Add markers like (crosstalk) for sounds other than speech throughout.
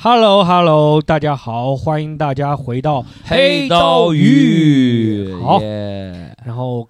Hello Hello，大家好，欢迎大家回到黑刀鱼，好耶然后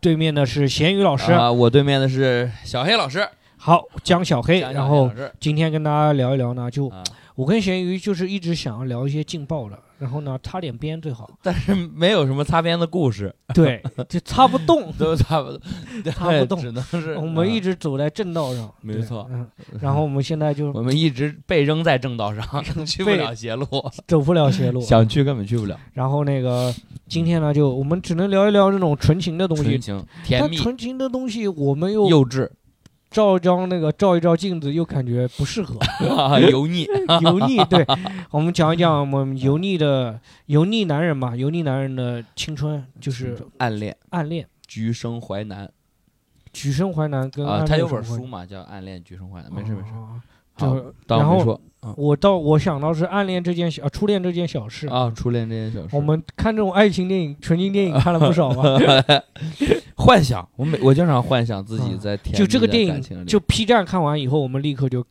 对面的是咸鱼老师，啊，我对面的是小黑老师，好江小黑，蒋小哎然黑后老师今天跟大家聊一聊呢，就、啊我跟咸鱼就是一直想要聊一些劲爆的，然后呢擦点边 (laughs) 最好，但是没有什么擦边的 (laughs) 故事，，对，就擦不动都差不多，擦不动只能 (laughs) 是 (laughs) 我们一啊直走在正道上， (laughs) 没对错嗯， (laughs) 然后我们现在就啊我们一直被扔在正 (laughs) 道上，去不被了邪路，走不了邪路，想去根本去不了。然后那个今天呢，就我们只能聊一聊这种纯情的东西纯，情、但甜蜜、纯情的东西我们又幼 (laughs) 稚、照一张那个照一照镜子，又感觉不适合，啊油腻， (laughs) 油腻。对，我们讲一讲我们油腻的油腻男人吧，油腻男人的青春就是暗恋、暗恋，橘生淮南举生淮南跟啊，暗他恋有什么本关书系，嘛，叫《暗恋橘生淮南》，没事没事。哦好就当然我没后说我到我想到是暗恋这件小、啊初恋这件小事。啊，初恋这件小事。我们看这种爱情电影、纯情电影看了不少吧？ (laughs) 幻想，我每我经常幻想自己啊 (laughs) 在甜就这个蜜的电感情影，里就 P 站看完以后，我们立刻就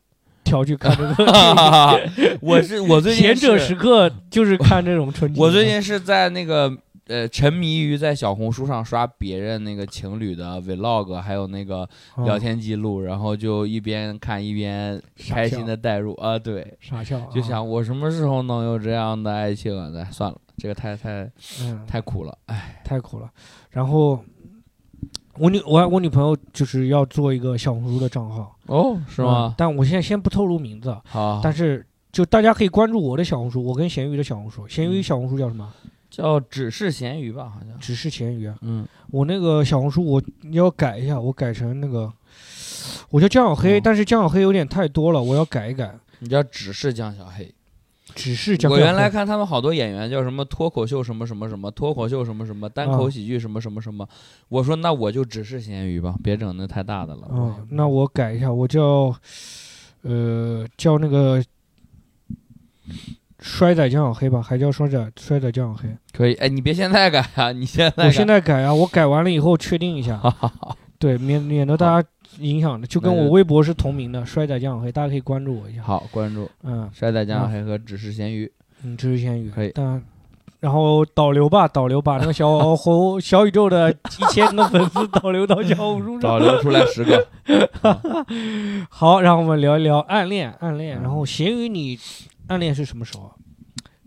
调去 (laughs) 看这 (laughs) 个哈哈哈 (laughs) 我是我最近贤者是时刻就是看这种纯情。我最近是在那个呃沉迷于在小红书上刷别人那个情侣的 vlog，还有那个啊聊天记录，然后就一边看一边傻开笑心的代入啊，对，傻笑啊，就想我什么时候能有这样的爱情啊？那算了，这个太太嗯，太苦了，哎，太苦了。然后我女我我女朋友就是要做一个小红书的账号，哦，是嗯吗？啊但我现在先不透露名字，好，但是就大家可以关注我的小红书，我跟咸鱼的小红书。咸鱼嗯小红书叫什么？叫只是咸鱼吧，好像，只是咸鱼啊。嗯，我那个小红书我要改一下，我改成那个。我叫江小黑，哦但是江小黑有点太多了，我要改一改。你叫只是江小黑。只是江小我黑，原来看他们好多演员叫什么脱口秀什么什么什么，脱口秀什么什么，单口嗯喜剧什么什么什么。我说那我就只是咸鱼吧，别整那太大的了。嗯，那我改一下，我叫呃叫那个衰仔江小黑吧，还叫衰仔衰仔江小黑。可以，哎，你别现在改啊，你现在改我现在改啊，我改完了以后确定一下，对，免免得大家影响的，就跟那就我微博是同名的，衰仔江小黑，大家可以关注我一下。好关注嗯帅仔江小黑和只是咸鱼。嗯，这是咸鱼，可以但然后导流吧，导流把那个小 (laughs) 红小宇宙的一千个粉丝导流到小红书上找。留出来十个，好，让我们聊一聊暗恋，暗恋。嗯然后咸鱼，你暗恋是什么时候啊？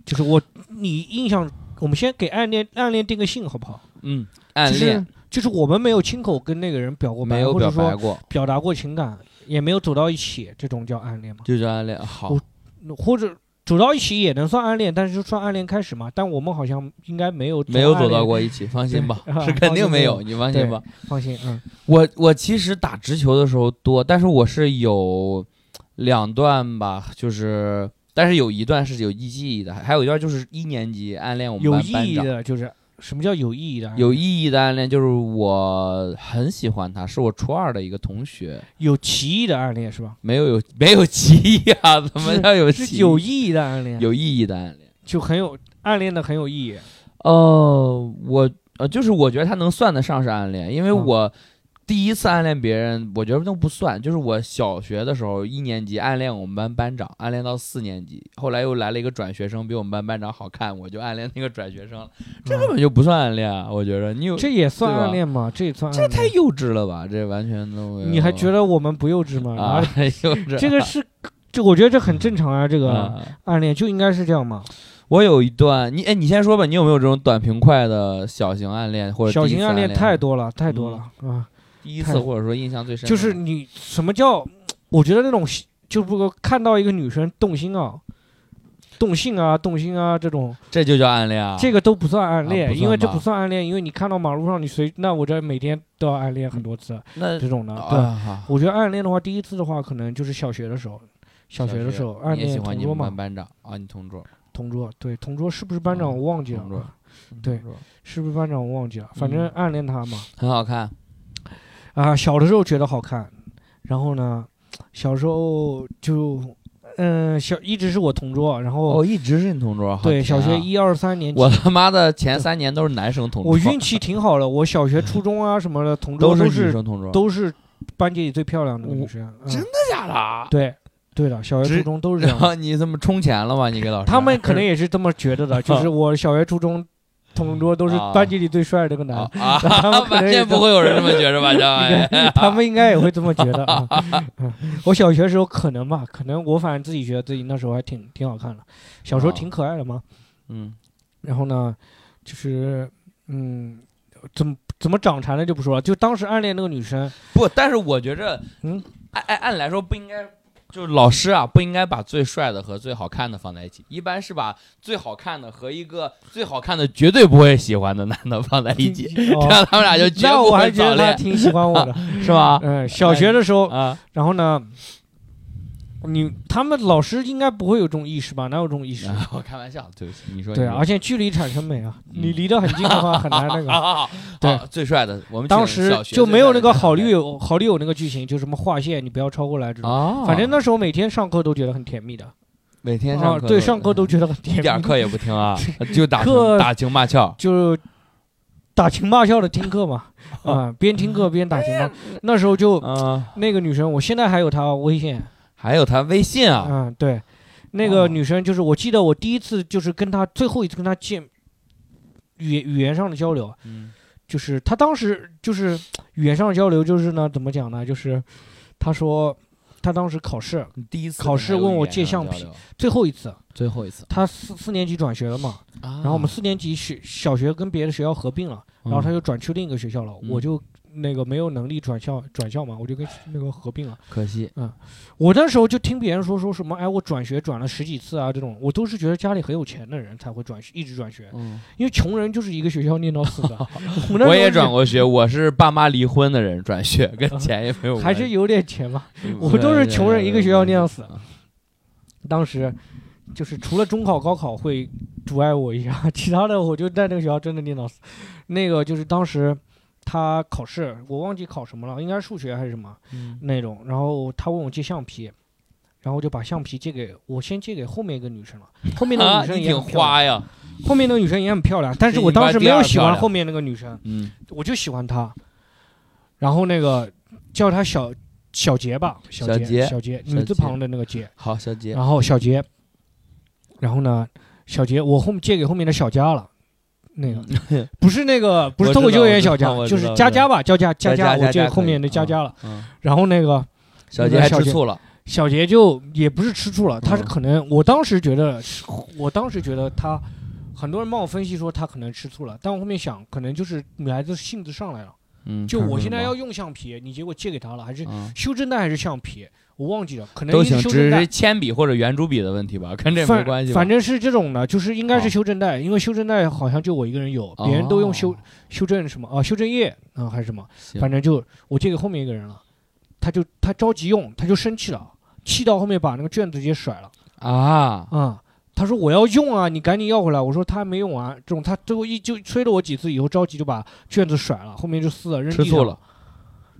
就是我，你印象，我们先给暗恋暗恋定个性好不好？嗯，暗就是恋就是我们没有亲口跟那个人表过白，没有或表者白说过，表达过情感，也没有走到一起，这种叫暗恋吗？就叫暗恋。好我，或者走到一起也能算暗恋，但是就算暗恋开始嘛。但我们好像应该没有没有暗走到恋，过一起，放心吧对啊，是肯定没有，放你放心吧。放心，嗯，我我其实打直球的时候多，但是我是有两段吧，就是但是有一段是有意记忆的，还有一段就是一年级暗恋我们有班意班义长。的就是什么叫有意义的？有意义的暗恋就是我很喜欢他，是我初二的一个同学，有歧义的暗恋是吧？没有有没有 (laughs) 歧义啊？怎么叫有是歧义？有意义的暗恋，有意义的暗恋？就很有暗恋的很有意义。哦，我呃，就是我觉得他能算得上是暗恋，因为嗯我第一次暗恋别人，我觉得那不算。就是我小学的时候一年级暗恋我们班班长，暗恋到四年级，后来又来了一个转学生，比我们班班长好看，我就暗恋那个转学生了，这根本就不算暗恋啊！我觉得你有这也算对吧暗恋吗？这也算暗太恋。幼稚了吧？这完全都没有你还觉得我们不幼稚吗？啊哪里 (laughs) 幼稚？这个是，这我觉得这很正常啊。这个啊暗恋就应该是这样嘛。我有一段，你哎，你先说吧，你有没有这种短平快的小型暗恋或者小第一型次暗暗恋太多了，太多了啊！第一太次或者说印象最深的，就是你什么叫？我觉得那种就不看到一个女生动心啊。动心啊，动心啊，这种这就叫暗恋啊？这个都不算暗啊不恋，算因为这吧不算暗恋，因为你看到马路上你随，那我这每天都要暗恋很多次，那这种的，对，嗯啊，好我觉得暗恋的话，第一次的话，可能就是小学的时候，小学的时候暗你也喜恋欢同你桌们嘛班，班长啊，你同桌，同桌对同桌是不是班长嗯我忘记同桌了，对同桌是不是班长我忘记了，反正嗯暗恋他嘛很好看，啊，小的时候觉得好看，然后呢，小时候就嗯小一直是我同桌，然后哦，一直是你同桌，好对甜小啊学，一二三年级我他妈的前三年都是男生同桌，我运气挺好的，我小学初中啊什么的同桌嗯都是都女是生同桌，都是班级里最漂亮的女我生，嗯真的假的？对对的，小学、只初中都是这 (laughs) 然样 (laughs) 的。后你怎么充钱了吗？你给老师？他们可能也是这么觉得 (laughs) 的，就是我小学、初中同桌都是啊班级里最帅的那个男啊的，啊， (laughs) 他们可完能也 (laughs) 全不会有人这么觉着吧？这 (laughs) 玩意儿他们应该也会这么觉得 (laughs) 啊。 (laughs) 嗯我小学时候可能吧，可能我反正自己觉得自己那时候还挺挺好看的，小时候啊挺可爱的嘛。嗯然后呢，就是嗯，怎么怎么长馋了就不说了，就当时暗恋那个女生， (laughs) 不，但是我觉着，嗯，按按按理来说不应该，就是老师啊不应该把最帅的和最好看的放在一起，一般是把最好看的和一个最好看的绝对不会喜欢的男的放在 (laughs) 一起，哦 (laughs) 这样他们俩就绝那不我还会觉早得 (laughs) 她恋，挺喜欢我的。是吧？嗯，小学的时 (laughs) 候，啊，然后呢，你他们老师应该不会有这种意识吧？哪有这种意识？啊我开玩笑，对不起，你说对，啊你说而且距离产生美啊，嗯你离得很近的话很难那 (laughs) 啊个。啊啊！对啊最帅的，我们当请时小学就最没帅有的那个男好的丽友好丽友那个剧情，就什么划线你不要超过来这种。啊，反正那时候每天上课都觉得很甜蜜的每天上啊，课对，上课都觉得很嗯一甜点蜜，课也不 (laughs) 听啊，就打课打情骂俏。就打情骂俏的听课 (laughs) 嘛，哦啊，边听课边打情骂。那时候就嗯，那个女生，我现在还有她微信，还有他微信啊，嗯，对，那个哦女生就是我记得我第一次就是跟她最后一次跟她见语言语言上的交流，嗯就是她当时就是语言上的交流，就是呢怎么讲呢？就是她说她当时考试你第一次考试跟他问我有语借言上橡交皮流，最后一次，最后一次。她四四年级转学了嘛，然然后我们四年级学小学跟别的学校合并了，然后她就转去另一个学校了，嗯我就那个没有能力转校转校嘛，我就跟那个合并了。可惜，我那时候就听别人说说什么，哎，我转学转了十几次啊，这种，我都是觉得家里很有钱的人才会转学，一直转学，嗯，因为穷人就是一个学校念到死 (laughs) 的。我那时候我也就转过学，我是爸妈离婚的人 (laughs) 转学，跟钱也没有关系。还是有点钱嘛。嗯，我都是穷人一个学校那样死啊当时就是除了中考、高考会阻碍我一下，其他的我就在那个学校真的念到死。那个就是当时他考试，我忘记考什么了，应该是数学还是什么嗯那种。然后他问我借橡皮。然后我就把橡皮借给我，先借给后面一个女生了。后面那啊，个女生你也挺很漂亮花呀，后面那个女生也很漂亮，但是比我你班当时没第有二喜漂欢亮后面那个女生，嗯，我就喜欢她。然后那个叫她小小杰吧，小小杰，杰小杰，小女字杰旁的那个杰。好，小杰，然后小杰，然后呢，小杰，我后面借给后面的小佳了。那个嗯 (laughs) 不是那个不是我脱口知秀道我演员知小佳道，我就知是道佳我知佳吧，叫佳佳佳佳，佳我借给佳后可以面的佳啊佳了。嗯，然后那个小杰还小吃杰醋了，小杰就也不是吃醋了，他是嗯可能，我当时觉得是，我当时觉得他，很多人帮我分析说他可能吃醋了，但我后面想，可能就是女孩子性子上来了，嗯，就看出我了现在吗要用橡皮，你结果借给他了，还是嗯修正带还是橡皮，我忘记了，可能都一是行，修只正带是。铅笔或者圆珠笔的问题吧，跟这没反关系吧。反正是这种的，就是应该是啊修正带，因为修正带好像就我一个人有，别人都用修哦修正什么啊，修正液啊还是什么，行反正就我借给后面一个人了，他就他着急用，他就生气了，气到后面把那个卷子直接甩了。啊，啊、他说我要用啊，你赶紧要回来。我说他还没用完，这种他最后一就催了我几次，以后着急就把卷子甩了，后面就撕了扔吃地醋上了，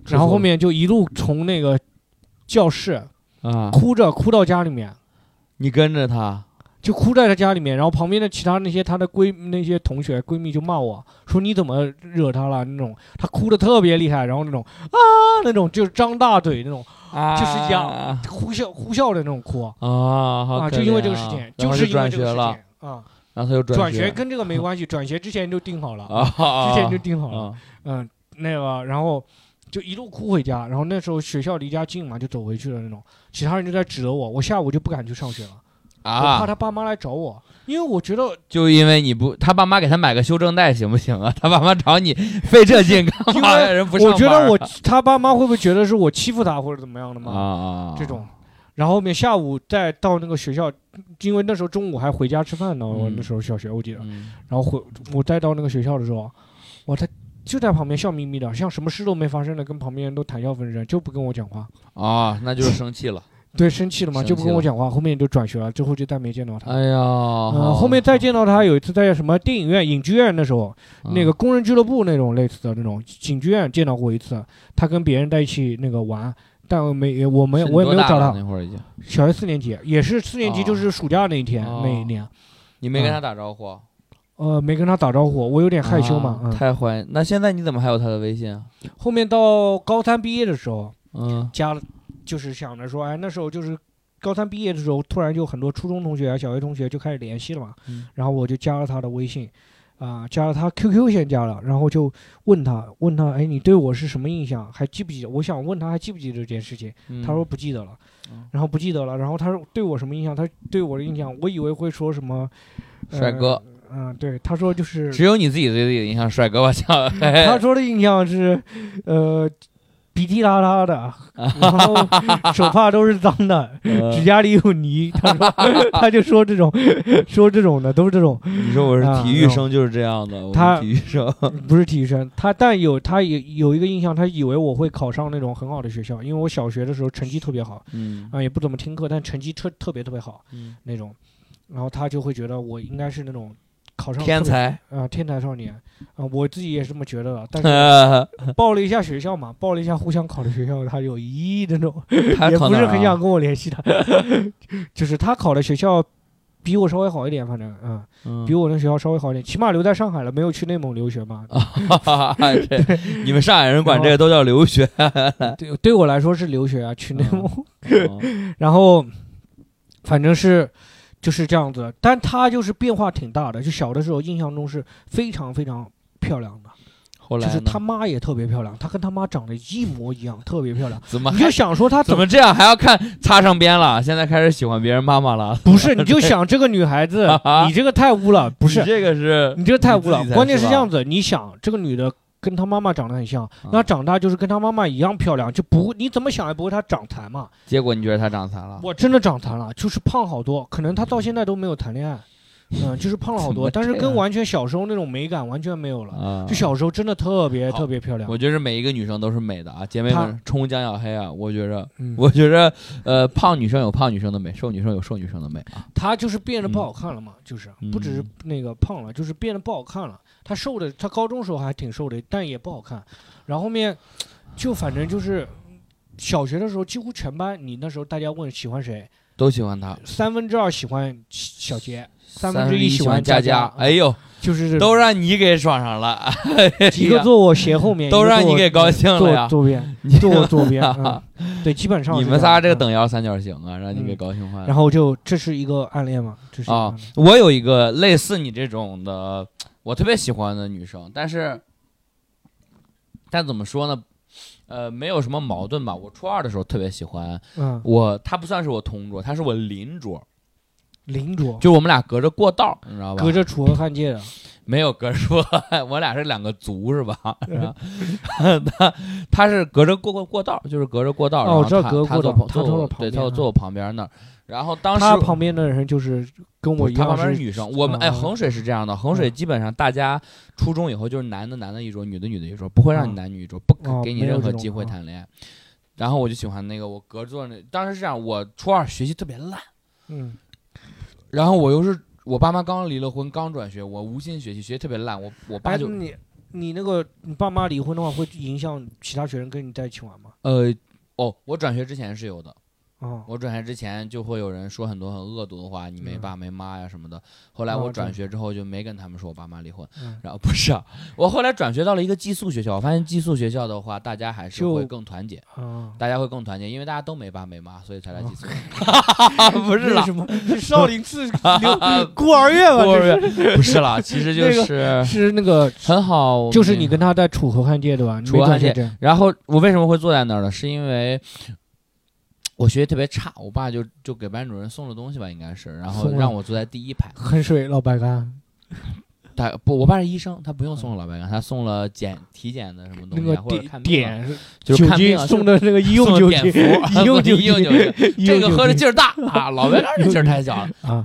然后后面就一路从那个教室啊，哭着哭到家里面，你跟着他，就哭在他家里面。然后旁边的其他那些她的闺那些同学闺蜜就骂我说你怎么惹她了那种，她哭的特别厉害，然后那种啊那种就是张大嘴那种啊就是一样呼啸呼啸的那种哭啊，啊，好可就因为这个怜事啊情，然后是因为转这学个事情了，啊。然后他又转学学跟这个没关系，转学之前就定好了，啊，之之前就定好了。啊，嗯，那个，然后就一路哭回家，然后那时候学校离家近嘛，就走回去了那种。其他人就在指责我，我下午就不敢去上学了，我怕啊，他爸妈来找我，因为我觉得，就因为你不，他爸妈给他买个修正带行不行啊？ (laughs) 他爸妈找你费这劲干嘛呀？人不我上班啊觉得我他爸妈会不会觉得是我欺负他或者怎么样的啊嘛？啊，啊这，种。然后后面下午再到那个学校，因为那时候中午还回家吃饭呢，我嗯那时候小学我记得。嗯然后回我再到那个学校的时候，哇，他就在旁边笑眯眯的，像什么事都没发生的，跟旁边人都谈笑风生，就不跟我讲话。啊，那就是生气 (laughs) 了。对，生气了嘛，嗯生气就不跟我了讲话。后面就转学了，之后就再没见到他。哎呀，嗯、好嗯后面再见到他，有一次在什么电影院、影剧院那时候，那个工人俱乐部那种类似的那种影剧院见到过一次，他跟别人在一起那个玩，但我没我没是你我也没有多大找了他。那会儿已经，小学四年级，也是四年级，哦就是暑假那一天、那一哦年，你没跟他打招呼。呃，没跟他打招呼，我有点害羞嘛。啊嗯，太坏。那现在你怎么还有他的微信啊？后面到高三毕业的时候，嗯加了，就是想着说，哎，那时候就是高三毕业的时候，突然就很多初中同学啊、小学同学就开始联系了嘛，嗯然后我就加了他的微信，啊、加了他 QQ 先加了，然后就问他，问他，哎，你对我是什么印象？还记不记得？我想问他还记不记得这件事情，嗯他说不记得了嗯，然后不记得了，然后他说对我什么印象？他对我的印象，我以为会说什么，呃帅哥，嗯、对，他说就是只有你自己对自己的印象帅哥，我呃操！呃他说的印象是，呃，鼻涕拉拉啊的，然后手帕都是脏的，嗯指甲里有泥。他 (laughs) 说，他就说这种，说这种的都是这种，你说我是啊体育生就是这样的，我他是体育生， (laughs) 不是体育生。他但有他有有一个印象，他以为我会考上那种很好的学校，因为我小学的时候成绩特别好，嗯啊、也不怎么听课，但成绩特特别特别好那种，然后他就会觉得我应该是那种考上天特别才，啊、天才少年啊、我自己也是这么觉得的，但是。 (laughs) 他报了一下学校嘛，报了一下互相考的学校，他有一那种，也考不哪是儿很啊想？跟我联系的， (laughs) 就是他考的学校比我稍微好一点，反正嗯，嗯比我那学校稍微好一点，起码留在上海了，没有去内蒙留学嘛。哈哈哈这你们上海人管这个都叫 (laughs) 留学。对，对我来说是留学啊，去内蒙， (laughs) 嗯然后反正是。就是这样子，但他就是变化挺大的。就小的时候印象中是非常非常漂亮的，后就来是呢他妈也特别漂亮，他跟他妈长得一模一样，特别漂亮。怎么你还就想说他怎怎么么这样还要看擦上边了？现在开始喜欢别人妈妈了？，不 (laughs) 是，你就想这个女孩子你这个太污了，不你是，嗯这个是啊你这个太污了你自己。才关键是吧这样子，你想这个女的跟她妈妈长得很像，那啊长大就是跟她妈妈一样漂亮，就不你怎么想也不会她长残嘛。结果你觉得他长残了？我真的长残了，就是胖好多，可能她到现在都没有谈恋爱，嗯，就是胖了好多， (laughs) 怎但么这是样跟完全小时候那种美感完全没有了。啊就小时候真的特别好特别漂亮我，觉得每一个女生都是美的啊，姐妹们她冲江小黑啊！我觉着，嗯，我觉着，呃，胖女生有胖女生的美，瘦女生有瘦女生的美啊。她就是变得不嗯好看了嘛，就是嗯不只是那个胖了，就是变得不好看了。她瘦的，她高中时候还挺瘦的，但也不好看。然后后面就反正就是小学的时候，几乎全班，你那时候大家问喜欢谁，都喜欢她，三分之二喜欢小杰，三分分之一一喜喜欢佳佳佳。哎，呦，就是这种都让你给爽上了，一个坐我斜后面，都一个让坐你我给高兴了呀坐我左边， (laughs) 你坐我左边，嗯对，基本上你是们仨这个样。嗯等腰三角形啊，让你给嗯高兴坏了。然后就这是一个暗恋嘛，这是一个啊暗恋，我有一个类似你这种的，我特别喜欢的女生，但是，但怎么说呢？呃，没有什么矛盾吧。我初二的时候特别喜欢嗯，我，她不算是我同桌，她是我邻桌，邻桌，就我们俩隔着过道，你知道吧隔？着楚河汉界的，啊 (laughs) 没有隔着， (laughs) 我俩是两个族是吧？嗯她 (laughs) 她是隔着过过过道，就是隔着过道，哦然后我知道她隔着她过坐道旁她坐坐我我旁对，她边坐我旁边那儿。然后当时他旁边的人就是跟我一他旁样边是是女生，我们哎，哦衡水是这样的，衡水嗯基本上大家初中以后就是男的男的一桌，女的女的一桌，不会让你嗯男女一桌，不哦给你没有任这何种机会嗯谈恋爱。然后我就喜欢那个我隔座那，当时是这样，我初二学习特别烂，嗯，然后我又是我爸妈刚离了婚，刚转学，我无心学习，学习特别烂，我我爸哎，就你你那个你爸妈离婚的话，会影响其他学生跟你在一起玩吗？呃哦，我转学之前是有的，哦，我转学之前就会有人说很多很恶毒的话，你没嗯爸没妈呀什么的。后来哦我这转样学之后就没跟他们说我爸妈离婚，嗯然后不是啊，我后来转学到了一个寄宿学校，我发现寄宿学校的话，大家还是就会更团结， (laughs) 啊，大家会更团结，因为大家都没爸没妈，所以才来寄宿。哦 (laughs) 不是啦什么？是少林 (laughs) 寺留孤儿院吗？不这 (laughs) 是不是啦，其实就那个是是是那个，很好，就是你跟他在楚河汉界对吧？你楚河没汉转学界证然后我为什么会坐在那儿呢？是因为我学习特别差，我爸就就给班主任送了东西吧，应该是，然后送了让我坐在第一排。衡水老白干他不，我爸是医生，他不用送老白干，他送了检体检的什么嗯那东西个啊，或者点看病啊，点就是酒看精病啊送的那个医用送酒碘精， (laughs) 伏医用不酒是医用精酒精，医这用个酒喝的精劲儿大啊，老白干这劲儿 (laughs) 太小了。啊，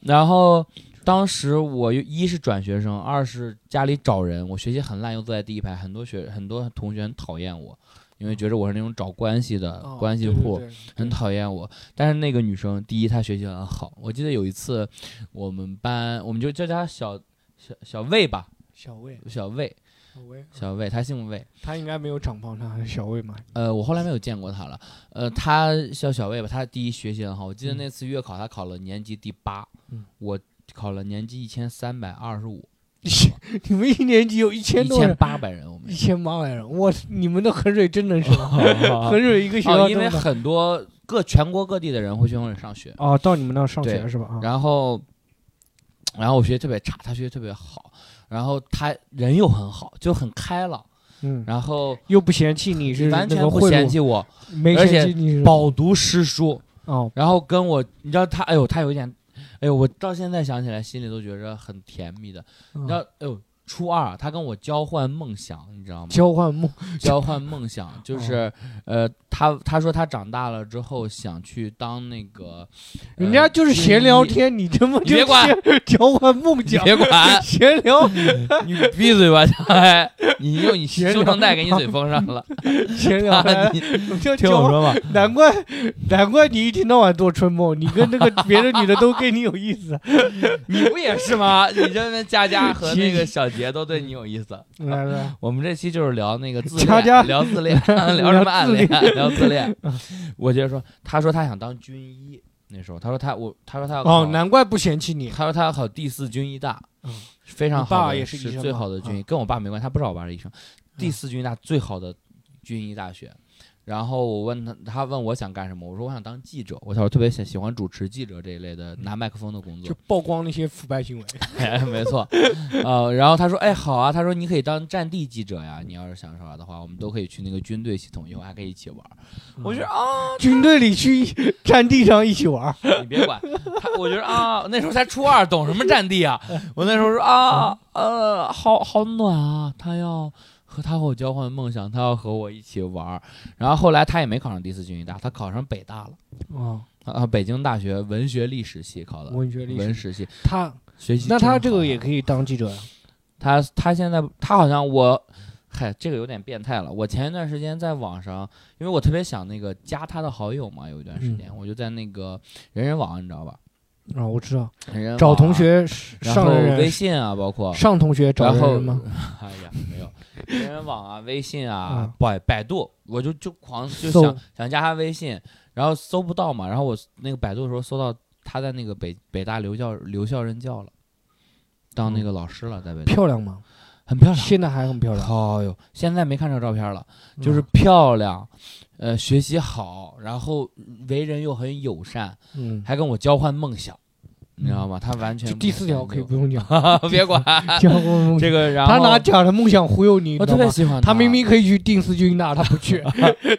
然后当时我又一是转学生，二是家里找人，我学习很烂，又坐在第一排，很多学很多同学很讨厌我，因为觉得我是那种找关系的、哦关系对对户，对很讨厌我。但是那个女生，第一她学习很好，我记得有一次我们班，我们就叫她小小小魏吧，小魏，小魏小魏，小魏，她姓魏。他应该没有长胖，他还是小魏嘛？呃，我后来没有见过她了。呃，她叫小魏吧，她第一学习很好。我记得那次月考，她考了年级第八，嗯我考了年级一千三百二十五，你们一年级有一千一多人千，八百人，我们 (laughs) 一 (laughs) 千八百人，我你们的衡水真能是吗？哦衡水一个学校哦，这因为么大很多各全国各地的人会去我那里上学，哦，到你们那儿上学对是吧？啊，然后，然后我学习特别差，他学习特别好，然后他人又很好，就很开朗，嗯，然后又不嫌弃你是完那全个不贿嫌赂，弃我，没而嫌且弃你是饱读诗书，哦，然后跟我，你知道他，哎呦，他有一点，哎呦，我到现在想起来心里都觉着很甜蜜的。嗯你知道，哎呦，初二他跟我交换梦想，你知道 (laughs) 吗？交换梦，交换梦想就是，嗯呃，他他说他长大了之后想去当那个，呃人家就是闲聊，军医天，你这么你就别管闲 (laughs) 交换梦你想，，呃别管闲 (laughs) 聊你闭嘴吧，小孩，你用你闲聊修正带给你嘴封上 (laughs) 了，闲聊，哎你叫听交我换，说吧，难怪难怪你一天到晚做春梦，你跟那个别的女的都跟你有意思。你不也是吗？你这边佳佳和那 (laughs) 个小杰都对你有意思。来来，我们这期就是聊那个自佳恋，佳 (laughs) 聊自 (laughs) 恋，聊什么暗恋， (laughs) 聊自恋。我接着说，他说他想当军医，那时候他说他我他说他要考哦，难怪不嫌弃你。他说他要考第四军医大，嗯非常好的，你爸也是是医生吗嗯最好的军医，跟我爸没关系，他不知道我爸是医生。第四军医大最好的军医大学。然后我问他，他问我想干什么，我说我想当记者，我小时候特别喜喜欢主持记者这一类嗯的，拿麦克风的工就作，曝光那些腐败行为，哎，没错，呃，然后他说，哎，好啊，他说你可以当战地记者呀，你要是想啥的话，我们都可以去那个军队系统，以后还可以一起玩儿。我觉得啊，军队里去战地上一起玩儿，你别管他，我觉得啊，那时候才初二，懂什么战地啊？我那时候说啊，呃，好好暖啊，他要和他和我交换梦想，他要和我一起玩儿。然后后来他也没考上第四军医大，他考上北大了，哦，啊，北京大学文学历史系考的。文学历文史，史系他学习真那好他啊，这个也可以当记者呀，他他现在他好像我，嗨，这个有点变态了。我前一段时间在网上，因为我特别想那个加他的好友嘛，有一段嗯时间、我就在那个人人网，你知道吧？啊，我知道，人人找网同啊，学嗯然上后人微人信啊，包括上同学找然人后人吗？？哎呀，没有，人人网啊，微信嗯啊，百、百度，我就就狂就搜想想加他微信，然后搜不到嘛，然后我那个百度的时候搜到他在那个北北大留校留校任教了，当那个老师了，在北大，嗯漂亮吗？很漂亮。现在还很漂亮，哎呦，现在没看着照片了，就是嗯漂亮，呃，学习好，然后为人又很友善，嗯，还跟我交换梦想，你知道吗？他完全就不第四条可以不用讲，想 (laughs) 别管 (laughs) 交换梦嗯 (laughs) 这想。个，然后他拿假的梦想忽悠你，你我知特道别吗？喜欢他明明可以去定斯军大，他不 (laughs) 去，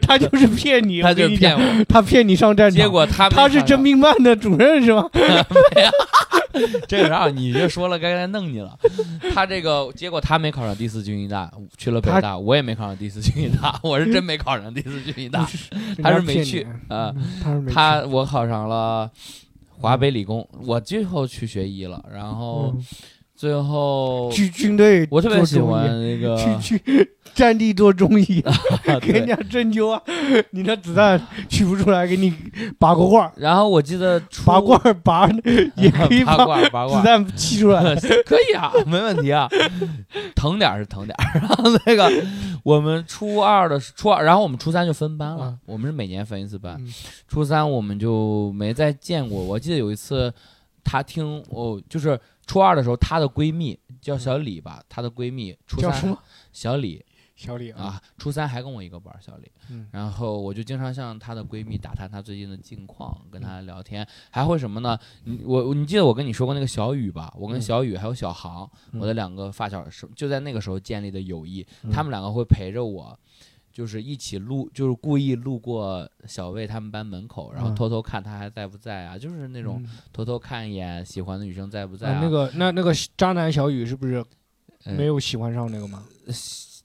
他就是骗你。他我就跟是你骗讲，我，他骗你上战场。结果他没他是上征兵办的主任是吗？场这个啥？你就说了该来弄你了。他这个结果他没考上第四军医大，去了北他大，我也没考上第四军医大，我是真没考上第四军医 (laughs) 大是他是没去啊。嗯他是没去。他我考上了华北理工，我最后去学医了，然后嗯最后去军队，哦我特别喜欢。那个， (laughs) 去去战地做中 (laughs) 医，给人对。家针灸啊！ (laughs) 你那子弹取不出来，给你拔个罐儿，然后我记得初拔罐儿拔也可以 (laughs) 拔把罐 (laughs) 拔子罐，弹吸出来。 (laughs) 可以啊， (laughs) 没问题啊，疼点儿是疼点儿。 (laughs) 然后那个我们初二的时初二，然后我们初三就分班了嗯，我们是每年分一次班嗯，初三我们就没再见过。我记得有一次，他听哦，就是初二的时候，她的闺蜜叫小李吧，她的闺蜜初叫什三么？小李小李啊，啊，初三还跟我一个班儿，小李。嗯然后我就经常向她的闺蜜打探她最近的近况，嗯跟她聊天，还会什么呢？你我你记得我跟你说过那个小雨吧？我跟嗯小雨还有小航，我的两个发小是就在那个时候建立的友谊，他嗯们两个会陪着我。就是一起路，就是故意路过小魏他们班门口，然后嗯偷偷看她还在不在啊，就是那种嗯偷偷看一眼喜欢的女生在不在啊那个那那个渣男小雨是不是嗯呃没有喜欢上那个吗？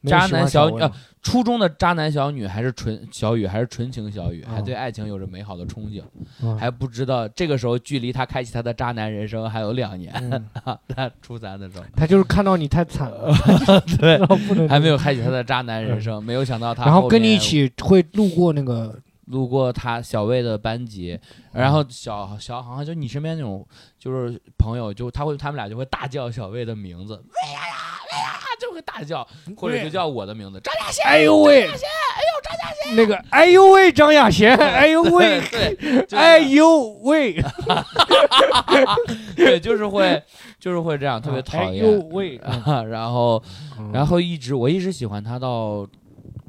没有渣喜欢男小上女我呃，初中的渣男小女还是纯小雨，还是纯情小雨，啊还对爱情有着美好的憧憬，嗯还不知道这个时候距离他开启他的渣男人生还有 (laughs) 两年。嗯他初三的时候他就是看到你太惨了， (laughs) 对然后不能还没有开启他的渣男人生，没有想到他嗯然后跟你面一起会路过那个，路过他小魏的班级，嗯然后小小航就你身边那种就是朋友，就他会他们俩就会大叫小魏的名字，魏呀呀魏呀呀就会大叫，或者就叫我的名字，张嘉欣，哎呦喂，哎呦张嘉欣，那个哎呦喂张雅贤，哎呦喂，对，对就是哎呦喂，对，就是会，就是会这样，特别讨哎呦 (laughs) 厌。啊喂，然后，然后一直我一直喜欢他到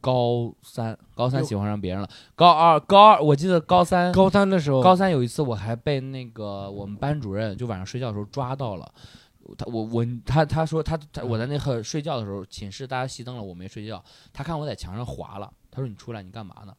高三，高三哟喜欢上别人了。高二，高二，我记得高三，高三的时候，高三有一次我还被那个我们班主任就晚上睡觉的时候抓到了。他我我他他说他他我在那个睡觉的时候，寝室大家熄灯了，我没睡觉。他看我在墙上划了，他说你出来你干嘛呢？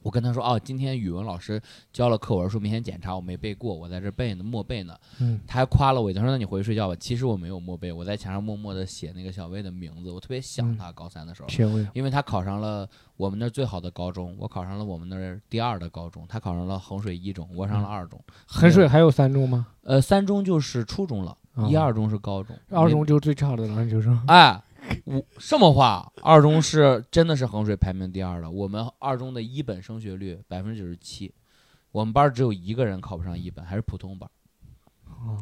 我跟他说哦，今天语文老师交了课文，说明天检查，我没背过，我在这背呢，默背呢。嗯他还夸了我一句，他说那你回去睡觉吧。其实我没有默背，我在墙上默默的写那个小薇的名字，我特别想嗯他。高三的嗯时候，学位，因为他考上了我们那儿最好的高中，我考上了我们那儿第二的高中，他考上了衡水一中，我上了二中。嗯衡水还有三中吗？呃，三中就是初中了，啊一二中是高中，二没中就是最差的了，就是哎，我什么话？二中是真的是衡水排名第二的，我们二中的一本升学率百分之九十七，我们班儿只有一个人考不上一本，还是普通班儿，哦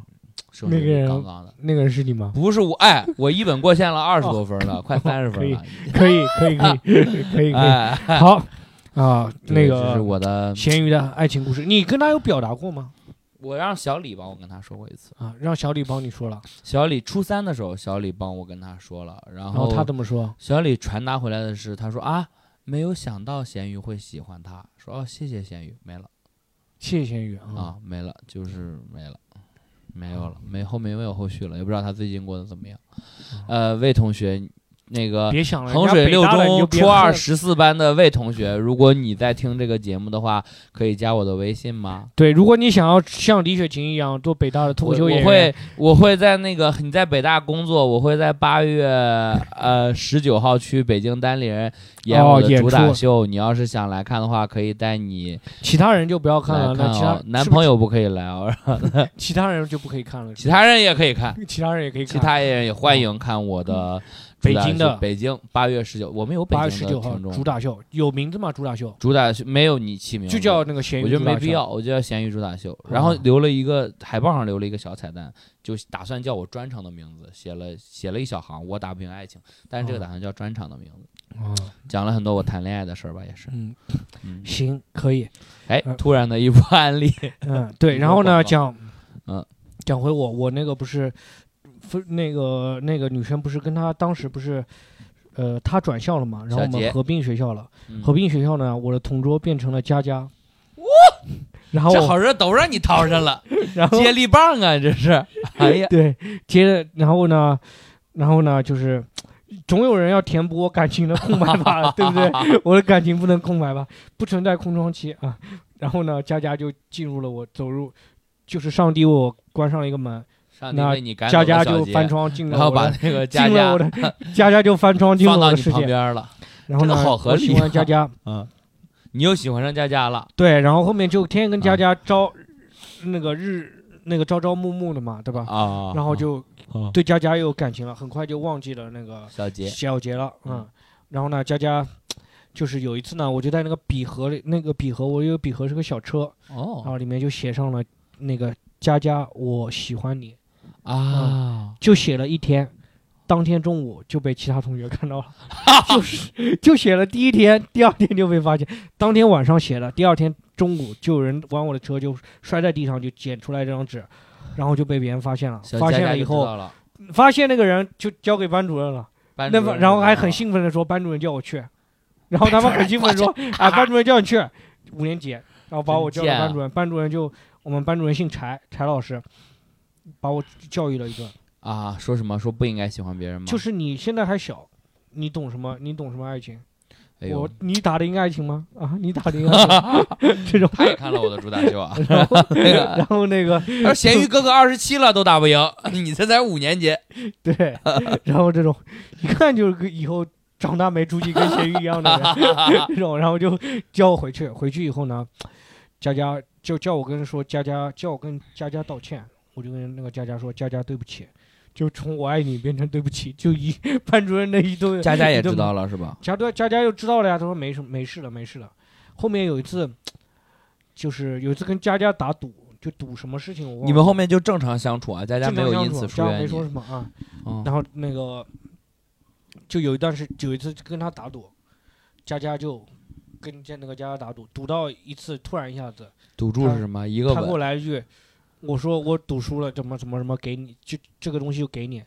升学那个率人杠杠的。那个人是你吗？不是我，哎，我一本过线了二十多分儿了，快三十哦可分以了。可以可以 (laughs) 可以可以可哎，以，好啊，那对这是个我的，咸鱼的爱情故事，嗯你跟他有表达过吗？我让小李帮我跟他说过一次。啊，让小李帮你说了，小李初三的时候，小李帮我跟他说了，然然后后他怎么说？小李传达回来的是，他说啊，没有想到咸鱼会喜欢他，说哦，谢谢咸鱼，没了谢谢咸鱼啊，啊，没了，就是没了，没有嗯了，没后面没有后续了，也不知道他最近过得怎么样。呃，魏同学，那嗯个别想了，啊衡水人六家北大了你就中别初二恨十四班的魏同学，如果你在听这个节目的话，可以加我的微信吗？对，如果你想要像李雪琴一样做北大的脱口秀我演我员，会我会在那个你在北大工作，我会在八月呃十九号去北京单立人演哦我的演主打出秀。你要是想来看的话，可以带你其他人就不要看来了，那看其他哦。男是不朋是友不可以来哦，其他人就不可以看了，其他人也可以看，其他人也可以看，哦嗯其他人也欢迎看我的北主打京秀的北京八月十九，我们有北八月十京九的号听众主打秀有名字吗？主打秀主打秀没有你起名字，就叫那个咸鱼，我觉得没必。要，我就要咸鱼主打秀，然后哦留了一个海报上留了一个小彩蛋，就打算叫我专场的名字，写了写了一小行，我打不赢爱情，但是这个哦打算叫专场的名字，哦讲了很多我谈恋爱的事儿吧，也是，嗯，嗯，行，可以，哎呃，突然的一波 (laughs) 案例，嗯，对，你然说后广呢，告讲，嗯，讲回我，我那个不是，分那个那个女生不是跟她当时不是，呃，她转校了嘛，然后小我们杰合并学校了，嗯合并学校呢，我的同桌变成了佳佳， (laughs) 然后嗯这好人都让你掏上了， (laughs) 然后接力棒啊，(laughs) 这是，哎呀，对，接着然后呢，然后呢就是。总有人要填补我感情的空白吧，对不对？ (laughs) 我的感情不能空白吧，不存在空窗期啊。然后呢，佳佳就进入了我走入，就是上帝为我关上了一个门， (laughs) 上帝那为你赶走佳了佳小就杰翻，窗进了然后我把的，(laughs) 那个佳进了佳我的，佳佳就翻窗进入放我到的你世旁界。边了，然后这呢，个好合我理喜欢佳啊佳，嗯，你又喜欢上佳佳了，对，然后后面就天天跟佳啊佳朝那个日那个朝朝暮暮的嘛，对吧？啊，然后就啊对佳佳又有感情了，很快就忘记了那个小杰，小杰了，嗯嗯，然后呢，佳佳就是有一次呢，我就在那个笔盒里，那个笔盒我有笔盒是个小车，然哦后里面就写上了那个佳佳，我喜欢你，啊。就写了一天，当天中午就被其他同学看 (laughs) 到了，就是就写了第一天，第二天就被发现，当天晚上写的，第二天中午就有人往我的车就摔在地上，就捡出来这张纸，然后就被别人发现了，小发佳现佳了以就知后，道了，发现那个人就交给班主任了。班那主么任然后就还知很道兴奋的说班主任叫我去，然后他们很兴奋地说 (laughs) 啊班主任叫你去，五年级，然后把真我叫贱到啊班主任，班主任就我们班主任姓柴，柴老师，把我教育了一顿，了啊，说什么说不应该喜欢别人吗？嗯就是你现在还小。你懂什么？你懂什么爱情？哎呦我，你打得赢爱情吗？啊， (laughs) 你打得赢爱 (laughs) 情这种。他也看了我的主打秀啊， (laughs) 然后，那个 (laughs) 然后那个他说咸鱼哥哥二十七了都打不赢，你这才五年级， (laughs) 对，然后这种一看就是个以后长大没出息跟咸鱼一样的 (laughs) 人，这种，然后就叫我回去。回去以后呢，佳佳就叫我跟人说佳佳，叫我跟佳佳道歉。我就跟那个佳佳说，佳佳对不起，就从我爱你变成对不起，就一 (laughs) 班主任那一顿。佳佳也知了，道了是吧？佳佳佳佳又知道了呀，他说没什么没事了没事了。后面有一次，就是有一次跟佳佳打赌，就赌什么事情我忘了。你们后面就正常相处啊，佳佳正没常有相因处此疏佳佳远没说你什，么啊。嗯然后那个就有一段时，有一次跟他打赌，佳佳就跟见那个佳佳打赌，赌到一次突然一下子，赌注是什么？一个他给我吻，来一句，我说我赌输了，怎么怎么怎么给你，就这个东西就给你。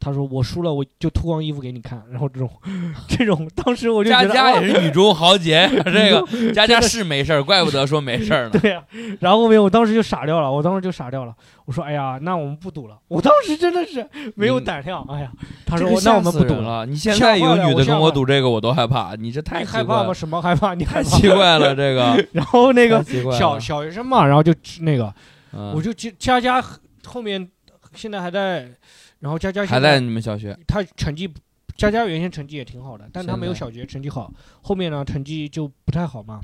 他说我输了我就脱光衣服给你看，然后这种 (laughs) 这种，当时我就觉佳得佳哦也是女中 (laughs) 豪杰，这个佳佳真的是没事儿，怪不得说没事儿呢。 (laughs) 对呀、啊然后后面我当时就傻掉了，我当时就傻掉了，我说哎呀，那我们不赌了，我当时真的是没有嗯胆量，哎呀，他这说个我那我吓们死不赌人了，了。你现吓在坏有了女我的吓跟我坏赌这个，我都害怕。你这太你奇害怪怕吗？ (laughs) 了，什么害怕？你害太怕？奇怪了，这个然后 (laughs) 那个太奇怪了小，小学生嘛，然后就那个，嗯我就佳佳佳后面现在还在，然后佳佳还现在你们小学，他成绩，佳佳原先成绩也挺好的，但他没有现在小学成绩好，后面呢成绩就不太好嘛，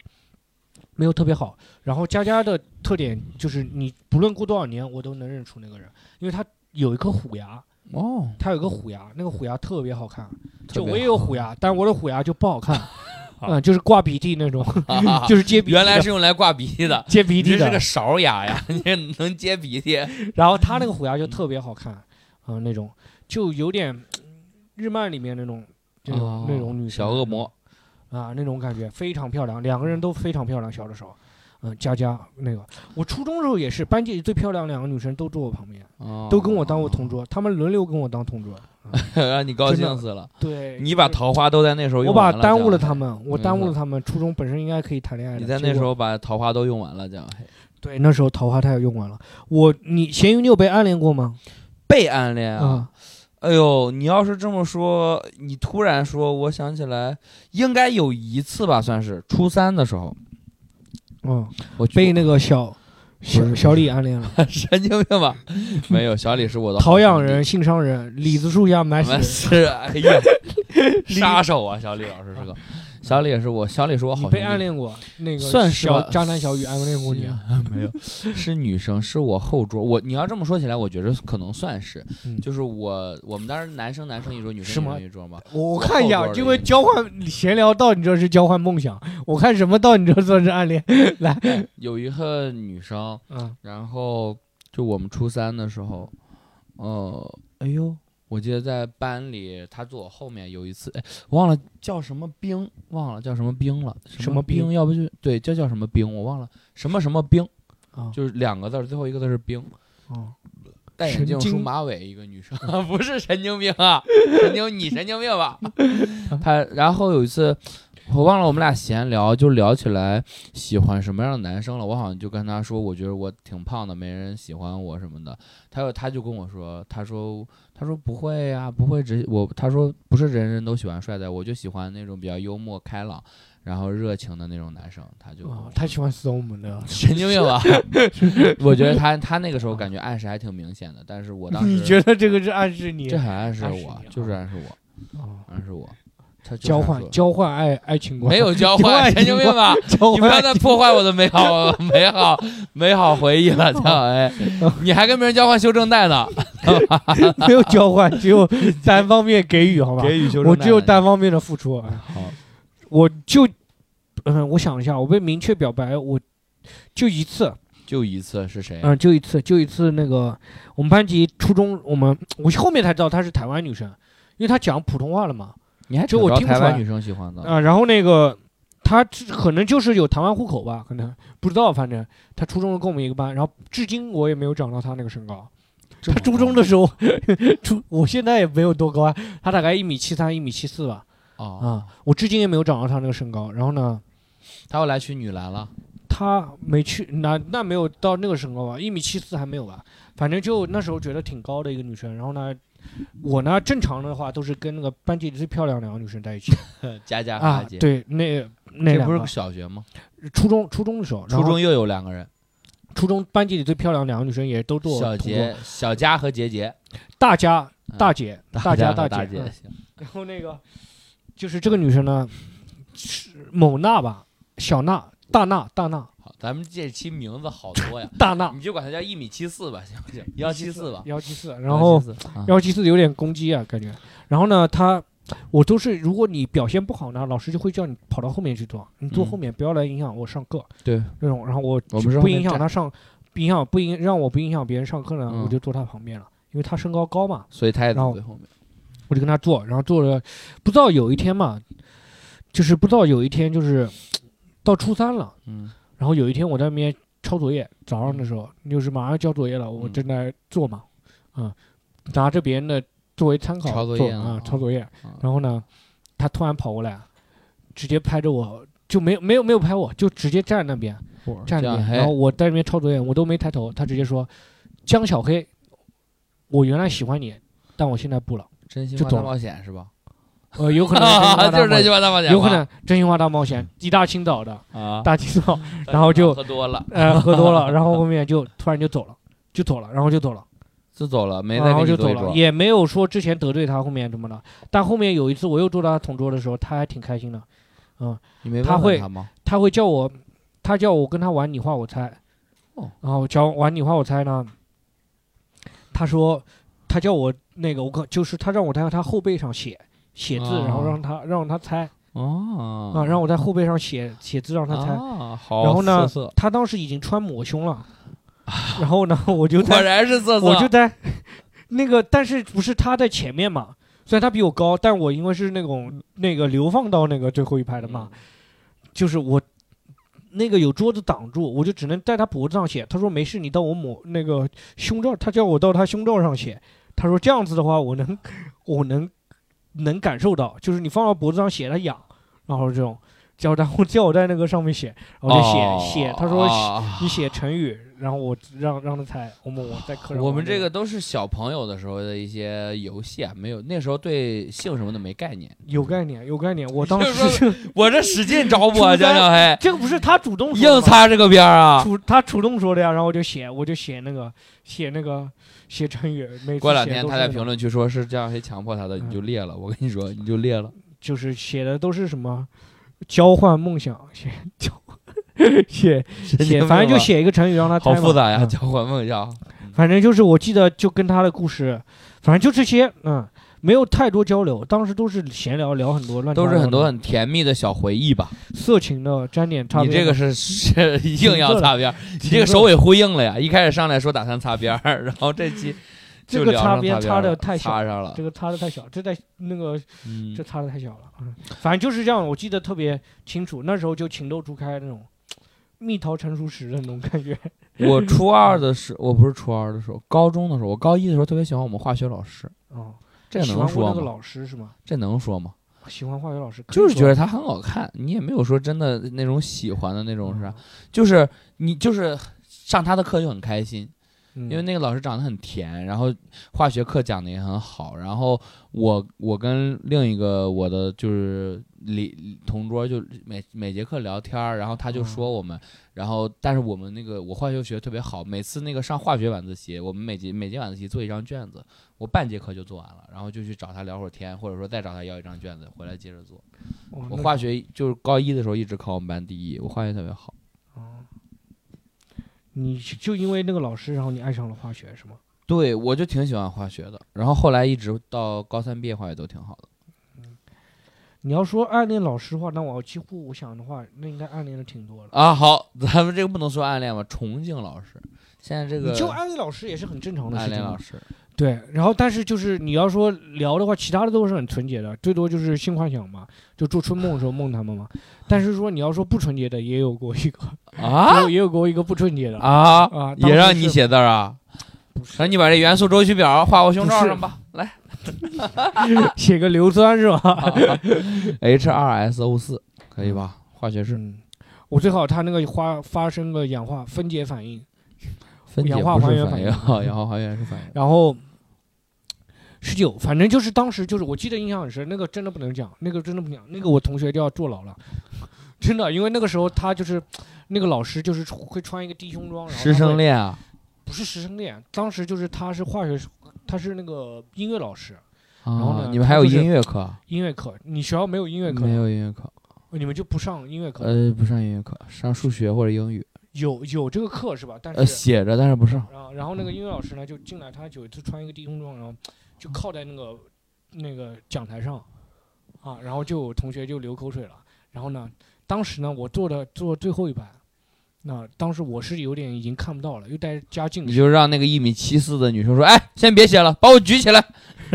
没有特别好。然后佳佳的特点就是，你不论过多少年，我都能认出那个人，因为他有一颗虎牙， (laughs) 哦，他有一个虎牙，那个虎牙特别好看。特就别啊我也有虎牙，但我的虎牙就不好 (laughs) 看，嗯，就是挂鼻涕那种，好就是接鼻涕的啊原来是用来挂鼻涕的，接你鼻涕这是的个。勺牙呀， (laughs) 你这能接鼻涕？然后他那个嗯虎牙就特别好看，啊、那种就有点日漫里面那种。这种、哦那种女生小恶魔，啊，那种感觉非常漂亮，两个人都非常漂亮。小的时候，嗯，佳佳那个，我初中时候也是班级里最漂亮两个女生都坐我旁边，哦都跟我当我同桌，她们轮流跟我当同桌。让 (laughs) 你高真的兴死了。对，哦你把就是桃花都在那时候我用把完耽误了江她海们，我没耽误错了她们。初中本身应该可以谈恋爱的，嗯你在结那果时候把桃花都用完了，江海对那时候桃花太用完了。我你咸鱼，你有被暗恋过吗？被暗恋啊。啊，哎呦，你要是这么说，你突然说，我想起来，应该有一次吧，算是初三的时候，嗯，我被那个小不小是小李暗 (laughs) 恋了，个神经 (laughs) 病吧？没有，小李是我的好陶养兄弟人、，性伤人，李子树下埋我死人们。是哎呀，杀手啊！小李老师 (laughs) 是个，小李也是我，小李是我好你兄弟，被暗恋过？那个算是小吧渣男小雨暗恋过你啊？没有，是女生，是我后桌。我你要这么说起来，我觉得可能算是，嗯就是我我们当时男生男生一桌，女是生女吗生一桌嘛。我看一后下，边儿这的个一个交换闲聊到你这是交换梦想，我看什么到你这算是暗恋？ (laughs) 来，有一个女生，嗯，然后就我们初三的时候，呃，哎呦，我记得在班里，她坐我后面有一次，哎，忘了叫什么兵，忘了叫什么兵了，什么么兵兵？要不就对，叫叫什么兵，我忘了什么什么兵，啊就是两个字儿，最后一个字儿是兵。哦，戴眼神镜、经梳马尾，一个女 (laughs) 生，不是神经病 (laughs) 啊，神经你神经病 (laughs) 吧？她然后有一次，我忘了我们俩闲聊，就聊起来喜欢什么样的男生了。我好像就跟她说，我觉得我挺胖的，没人喜欢我什么的。她又她就跟我说，她说她说不会呀、不会只我她说不是人人都喜欢帅的，我就喜欢那种比较幽默开朗，然后热情的那种男生。她就跟我哦他喜欢死我们的，神经 (laughs) 病吧？我觉得他他那个时候感觉暗示还挺明显的，但是我当 (laughs) 时你觉得这个是暗示你这很暗示暗示我你，啊就是暗示我，哦暗示我，他就是交暗示换我交换爱爱情观？(laughs) 没有交交换，换神经病吧？交你不换要爱再情破坏我的美好 (laughs) 美好美好回忆了，江 (laughs) 哎，你还跟别人交换修正带呢？ (laughs) 没有交换，只有单方面给予，好吧？予修我只有单方面的付出，哎好，我就嗯，我想一下，我被明确表白，我就一次，就一次是谁？嗯，就一次，就一次那个我们班级初中，我们我后面才知道她是台湾女生，因为她讲普通话了嘛。你还这找我着听不台出来湾女生喜欢的？啊、然后那个她这可能就是有台湾户口吧，可能不知道，反正她初中的跟我们一个班，然后至今我也没有长到她那个身高。这么初中高的时候， (laughs) 初我现在也没有多高啊，她大概一米七三、一米七四吧。哦，啊、我至今也没有长到她那个身高。然后呢，他后来去女篮了，他没去，那那没有到那个身高吧，一米七四还没有吧，反正就那时候觉得挺高的一个女生。然后呢，我呢正常的话都是跟那个班级里最漂亮两个女生在一 (laughs) 起佳佳和啊佳，姐，对，那那这两不个是小学吗？初中初中的时候，然初后中又有两个人。初中班级里最漂亮两个女生也都做小同桌，杰、小佳和杰杰，大家嗯大姐、大家家和姐姐，嗯行然后那个就是这个女生呢，是某娜吧，小娜、大娜、大娜、，好，咱们这期名字好多呀大娜，你就管他叫一米七四吧，行不行？幺七四吧，幺七四，然后。 174啊幺七四有点攻击啊，感觉。然后呢，他我都是，如果你表现不好呢，老师就会叫你跑到后面去做，你坐嗯后面，不要来影响我上课。对，那种。然后我我们是后不面影响站他上，不影响不影让我不影响别人上课呢，我嗯就坐他旁边了，因为他身高高嘛，所以他也然在后最后面。我就跟他坐，然后坐了，不知道有一天嘛，就是不知道有一天就是到初三了，嗯，然后有一天我在那边抄作业，早上的时候就是马上要交作业了，我嗯正在做嘛，嗯，拿着别人的作为参考抄作做业呢啊啊，抄作业啊。然后呢，他突然跑过来，直接拍着我，就没有没有没有拍我，就直接站那边站这那样边，嘿然后我在那边抄作业，我都没抬头，他直接说：“江小黑，我原来喜欢你，但我现在不了。真心就话懂大了冒险是吧？呃，有 (laughs) 可能是真心话大就冒是真险心话大冒险吧，有可能真心话大冒险，一大清早的，啊，大清 (laughs) 早，然后就喝多了 (laughs) 呃，喝多了，然后后面就突然就走了，就走了，然后就走了，就走了，没再然跟后你就对走桌了，也没有说之前得罪他，后面怎么了。但后面有一次我又坐到他同桌的时候，他还挺开心的，你没他问会问他吗？他会叫我，他叫我跟他玩你画我猜，哦然后叫玩你画我猜呢，他说他叫我那个我可就是他让我在他后背上写写字，然后哦让他让他猜哦啊，让我在后背上写写字让他猜。啊，好，然后呢瑟瑟他当时已经穿抹胸了，然后呢啊 (laughs) 我啊就在果然是瑟瑟，我就在那个，但是不是他在前面嘛？虽然他比我高，但我因为是那种那个流放到那个最后一排的嘛，就是我那个有桌子挡住，我就只能在他脖子上写。他说没事，你到我抹那个胸罩，他叫我到他胸罩上写。他说这样子的话，我能我能能感受到，就是你放到脖子上写它痒，然后这种叫然后叫我在那个上面写，然后就写、哦写，他说写啊你写成语，然后我让让他猜，我们我在课上玩。我们这个都是小朋友的时候的一些游戏啊，没有那时候对性什么的没概念。有概念，有概念。我当就是时我这使劲找初三我江小黑， (laughs) 这个不是他主动说的吗硬擦这个边儿啊！主他主动说的呀，然后我就写我就写那个写那个写成语，每次过两写天都他是在那评种论区说是江小黑强迫他的，嗯你就裂了。我跟你说，你就裂了。就是写的都是什么交换梦想，写交 (laughs) (laughs) 写写，反正就写一个成语让他猜好嘛复杂呀，嗯交换梦想。反正就是我记得就跟他的故事，反正就这些，嗯，没有太多交流，当时都是闲聊，聊很多乱七都八是糟很多的很甜蜜的小回忆吧。色情的沾点差嗯你别的。这个是是硬要擦边儿，你这个停顿首尾呼应了呀。一开始上来说打算擦边儿，然后这期这就个聊擦上边擦擦边儿得了太小擦上了这。个擦的太小，这在那个嗯这擦的太小了，嗯反正就是这样，我记得特别清楚，那时候就情窦初开那种，蜜桃成熟时的那种感觉。 (laughs) 我初二的时候，我不是初二的时候，高中的时候，我高一的时候特别喜欢我们化学老师， (laughs) 哦，这个喜能欢过说那个吗？老师是吗？这能说吗？喜欢化学老师，可以就是觉说得她很好看，你也没有说真的那种喜欢的那种啥嗯，就是你就是上她的课就很开心，嗯因为那个老师长得很甜，然后化学课讲的也很好，然后我我跟另一个我的就是李同桌就每每节课聊天儿，然后他就嗯说我们，然后但是我们那个我化学学得特别好，每次那个上化学晚自习，我们每节每节晚自习做一张卷子，我半节课就做完了，然后就去找他聊会儿天，或者说再找他要一张卷子回来接着做。哦我那化学就是高一的时候一直考我们班第一，我化学特别好。哦你就因为那个老师，然后你爱上了化学是吗？对，我就挺喜欢化学的，然后后来一直到高三毕业，化学都挺好的。你要说暗恋老师的话，那我几乎我想的话，那应该暗恋的挺多的。啊，好，咱们这个不能说暗恋吧？崇敬老师，现在这个你就暗恋老师也是很正常的暗事情啊恋嘛老。师，对，然后但是就是你要说聊的话，其他的都是很纯洁的，最多就是性幻想嘛，就做春梦的时候梦他们嘛。但是说你要说不纯洁的，也有过一个，啊也有也有过一个不纯洁的。啊啊当也时让你是写字儿啊？不那你把这元素周期表画我胸罩上吧，来啊 (laughs) 写个硫酸是啊吧？ ，H 二 S O 四可以吧？化学式嗯， (laughs) 我最好他那个花发生个氧化分解反应，分解氧化不还是原反反应，应啊 (laughs) 氧化还原是反应。然后十九，反正就是当时就是我记得印象很深，那个真的不能讲，那个真的不能讲，那个我同学就要坐牢了， (laughs) 真的，因为那个时候他就是那个老师就是会穿一个低胸装，然后师他会生恋啊，不是师生恋，当时就是他是化学，他是那个音乐老师，然后呢啊你们还有就是音乐课？啊音乐课。你学校没有音乐课没吗，有音乐课，你们就不上音乐课。呃，不上音乐课，上数学或者英语，有有这个课是吧？但呃，是，写着但是不上。然后然后那个音乐老师呢就进来，他有一次穿一个低胸装，然后就靠在那个那个讲台上，啊，然后就有同学就流口水了。然后呢，当时呢我坐的坐最后一排，那当时我是有点已经看不到了，又戴着加近你视就让那个一米七四的女生说：“哎，先别写了，把我举起来。”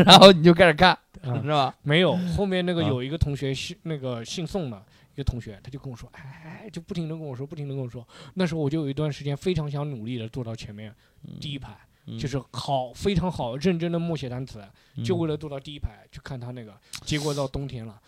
(laughs) 然后你就开始看， (laughs) 啊，是吧？没有，后面那个啊有一个同学姓那个姓宋的一个同学，他就跟我说，哎，就不停的跟我说，不停的跟我说。那时候我就有一段时间非常想努力的坐到前面第一排，嗯就是好非常好认真的默写单词，就嗯为了坐到第一排去看他那个。结果到冬天了，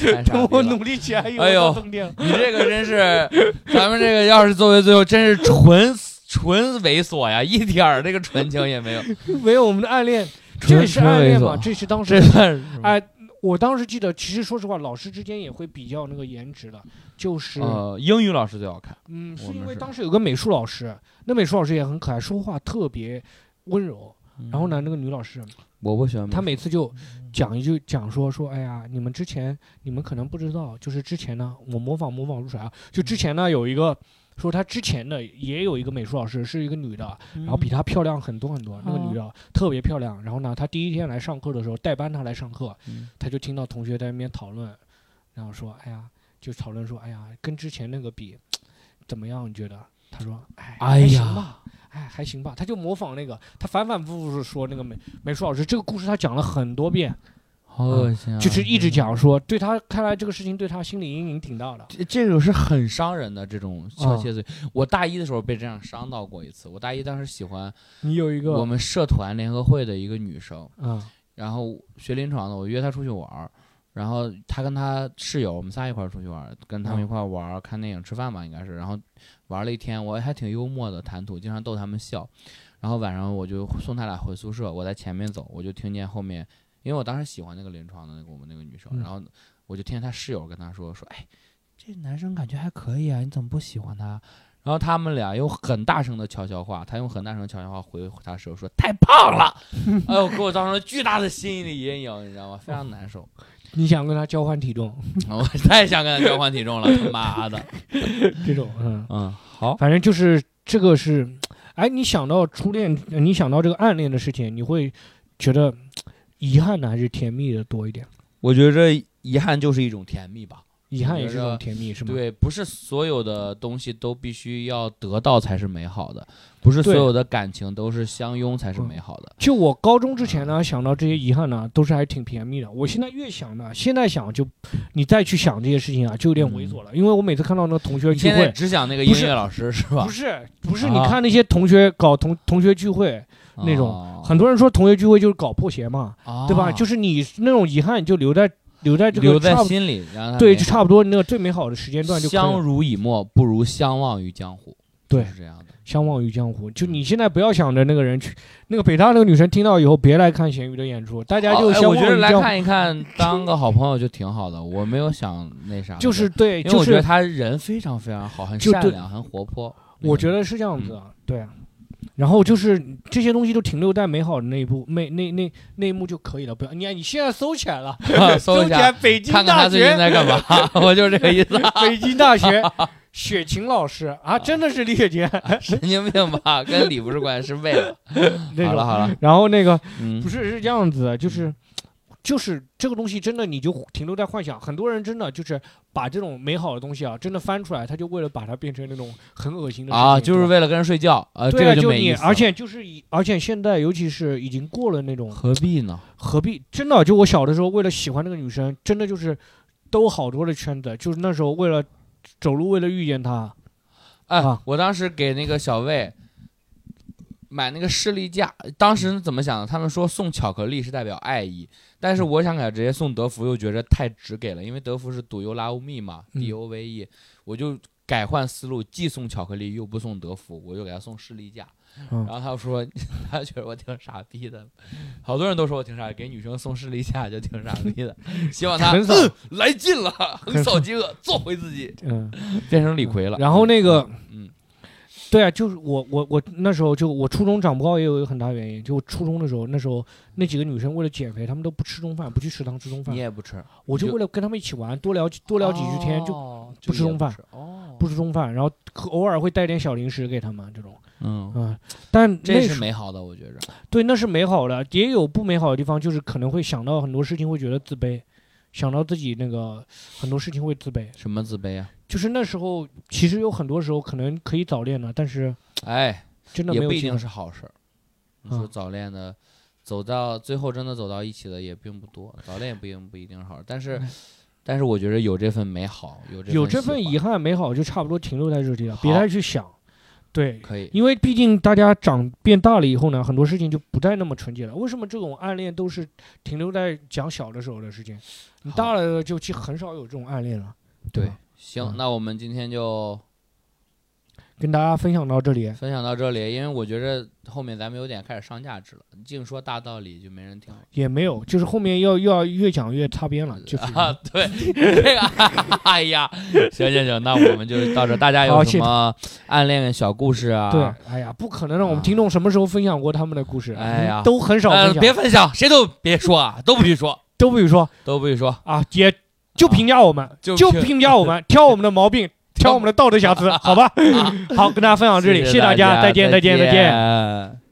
太傻等逼 (laughs) 我了努力起来，以哎为呦到冬天了。 (laughs) 你这个真是，咱们这个要是作为最后，真是纯纯猥琐呀，一点儿这个纯情也没有。 (laughs) 没有我们的暗恋，纯这是暗恋嘛？纯这猥琐是 (laughs) 当时 (laughs) 这算是哎我当时记得，其实说实话，老师之间也会比较那个颜值的，就是、呃，英语老师最好看，嗯，啊是我因们为是当时有个美术老师，那美术老师也很可爱，说话特别温柔。然后呢，那个女老师，嗯我不喜欢美她术每次就讲一句讲说说，哎呀，你们之前你们可能不知道，就是之前呢，我模仿模仿出啥、就之前呢有一个说她之前的也有一个美术老师是一个女的，然后比她漂亮很多很多，那个女的特别漂亮。然后呢，她第一天来上课的时候，带班她来上课，嗯她就听到同学在那边讨论，然后说：“哎呀，就讨论说，哎呀，跟之前那个比，怎么样？你觉得？”她说：“哎，哎还行呀吧，哎，还行吧。”她就模仿那个，她反反复复说那个美美术老师这个故事，她讲了很多遍，好恶心啊，就是一直讲说，对她看来这个事情对她心理阴影挺大的。这这种是很伤人的这种小窃嘴。我大一的时候被这样伤到过一次。我大一当时喜欢你有一我个，们社团联合会的一个女生，嗯然后学临床的，我约她出去玩儿，然后她跟她室友，我们仨一块儿出去玩儿，跟他们嗯一块儿玩儿、看电影、吃饭吧，应该是。然后玩了一天，我还挺幽默的，谈吐经常逗他们笑。然后晚上我就送他俩回宿舍，我在前面走，我就听见后面，因为我当时喜欢那个临床的那个我们那个女生，嗯然后我就听见她室友跟她说说，哎，这男生感觉还可以啊，你怎么不喜欢他？然后他们俩用很大声的悄悄话，他用很大声的悄悄话回她室友说太胖了，哎呦，给我造成了巨大的心理阴影，你知道吗？非常难受，你想跟她交换体重我太想跟他交换体重了，他妈的，这种， (laughs) 嗯。嗯，好，反正就是这个是，哎，你想到初恋，呃你想到这个暗恋的事情，你会觉得遗憾呢，还是甜蜜的多一点？我觉着遗憾就是一种甜蜜吧。遗憾也是一我觉种得甜蜜，是吗？，对，不是所有的东西都必须要得到才是美好的，不是所对有的感情都是相拥才是嗯美好的。就我高中之前呢，想到这些遗憾呢，都是还挺甜蜜的。我现在越想呢，现在想就你再去想这些事情啊，就有点猥琐了，因为我每次看到那个同学嗯你聚现在会。只想那个不音是乐老师是吧不？是不是，啊你看那些同学搞同同学聚会，那种哦很多人说同学聚会就是搞破鞋嘛，对吧？啊就是你那种遗憾，你就留在留在这个留在差不心里，然后它对，啊没就差不多那个最美好的时间段就可以了相濡以沫不如相忘于江湖，对就是这样的。相忘于江嗯湖。就你现在不要想着那个人去，那个北大那个女生听到以后，别来看咸鱼的演出，大家好就哎相我觉得忘于来江湖。看一看，当个好朋友就挺好的。我没有想那啥的，就是对，因为就我觉是得他人非常非常好，很就善对良，很活泼。我得。觉得是这样子嗯啊，对啊。然后就是这些东西都停留在美好的那一步，那那那那一幕就可以了。不要你看，你现在搜起来了， (laughs) 搜一 (laughs) 起来下，北京看看大他最近学，在干嘛。我就这个意思， (laughs) (laughs) 北京大学雪琴老师啊，真的是李雪琴神经病吧？跟李不是关系，是为了。那 (laughs) 好了种。好了， (laughs) 然后那个嗯不，是是这样子的，就是就是这个东西真的你就停留在幻想，很多人真的就是把这种美好的东西啊，真的翻出来，他就为了把它变成那种很恶心的事情啊，就是对吧为了跟人睡觉啊，这对啊，个就没你，意思了。而且就是以，而且现在尤其是已经过了那种何必呢？何必真的，就我小的时候为了喜欢那个女生，真的就是兜好多的圈子，就是那时候为了走路为了遇见她，哎啊，我当时给那个小魏买那个士力架，当时怎么想的？他们说送巧克力是代表爱意，但是我想给他直接送德芙，又觉着太直给了，因为德芙是 Do you love me 嘛嗯，D O V E，我就改换思路，既送巧克力又不送德芙，我就给他送士力架。嗯然后他说， (laughs) 他觉得我挺傻逼的，好多人都说我挺傻逼，给女生送士力架就挺傻逼 (laughs) 的，希望他很少嗯来劲了，横扫饥饿，做回自己，嗯，变成李逵了。然后那个。嗯，对啊，就是我我我那时候就我初中长不高也有一个很大原因，就我初中的时候，那时候那几个女生为了减肥，她们都不吃中饭，不去食堂吃中饭你，也不吃，我就就为了跟她们一起玩，多聊多聊几句天，就就不吃中饭，哦，不吃中饭，然后可偶尔会带点小零食给她们这种，嗯，嗯，但这那是时美好的，我觉着。对那是美好的，也有不美好的地方，就是可能会想到很多事情会觉得自卑，想到自己那个很多事情会自卑，什么自卑啊？就是那时候其实有很多时候可能可以早恋的，但是哎，真的也没有不一机定会是好事儿。你说啊早恋的，走到最后真的走到一起的也并不多，早恋也不一定不一定是好事儿，但是嗯。但是我觉得有这份美好，有这有这份喜欢遗憾美好，就差不多停留在这里了，别好再去想。对，可以，因为毕竟大家长变大了以后呢，很多事情就不再那么纯洁了。为什么这种暗恋都是停留在讲小的时候的事情？你大了就其实很少有这种暗恋了。对对吧，行嗯，那我们今天就跟大家分享到这里，分享到这里，因为我觉着后面咱们有点开始上价值了，净说大道理就没人听了。也没有，就是后面要又要越讲越擦边了，就是。啊，对，这个， (laughs) 哎呀，行行行，那我们就到这儿。大家有好谢什谢么暗恋小故事啊？对，哎呀，不可能让我们听众什么时候分享过他们的故事，哎呀都很少呃分，享，别分享，谁都别说啊，都不许说，都不许说都不许说，啊，也就评价我们，就就评评价我 (laughs) 们，挑我们的毛病， (laughs) 挑我们的道德瑕疵，好吧？好，跟大家分享到这里，谢谢大大家，再见，再再见，再见。见。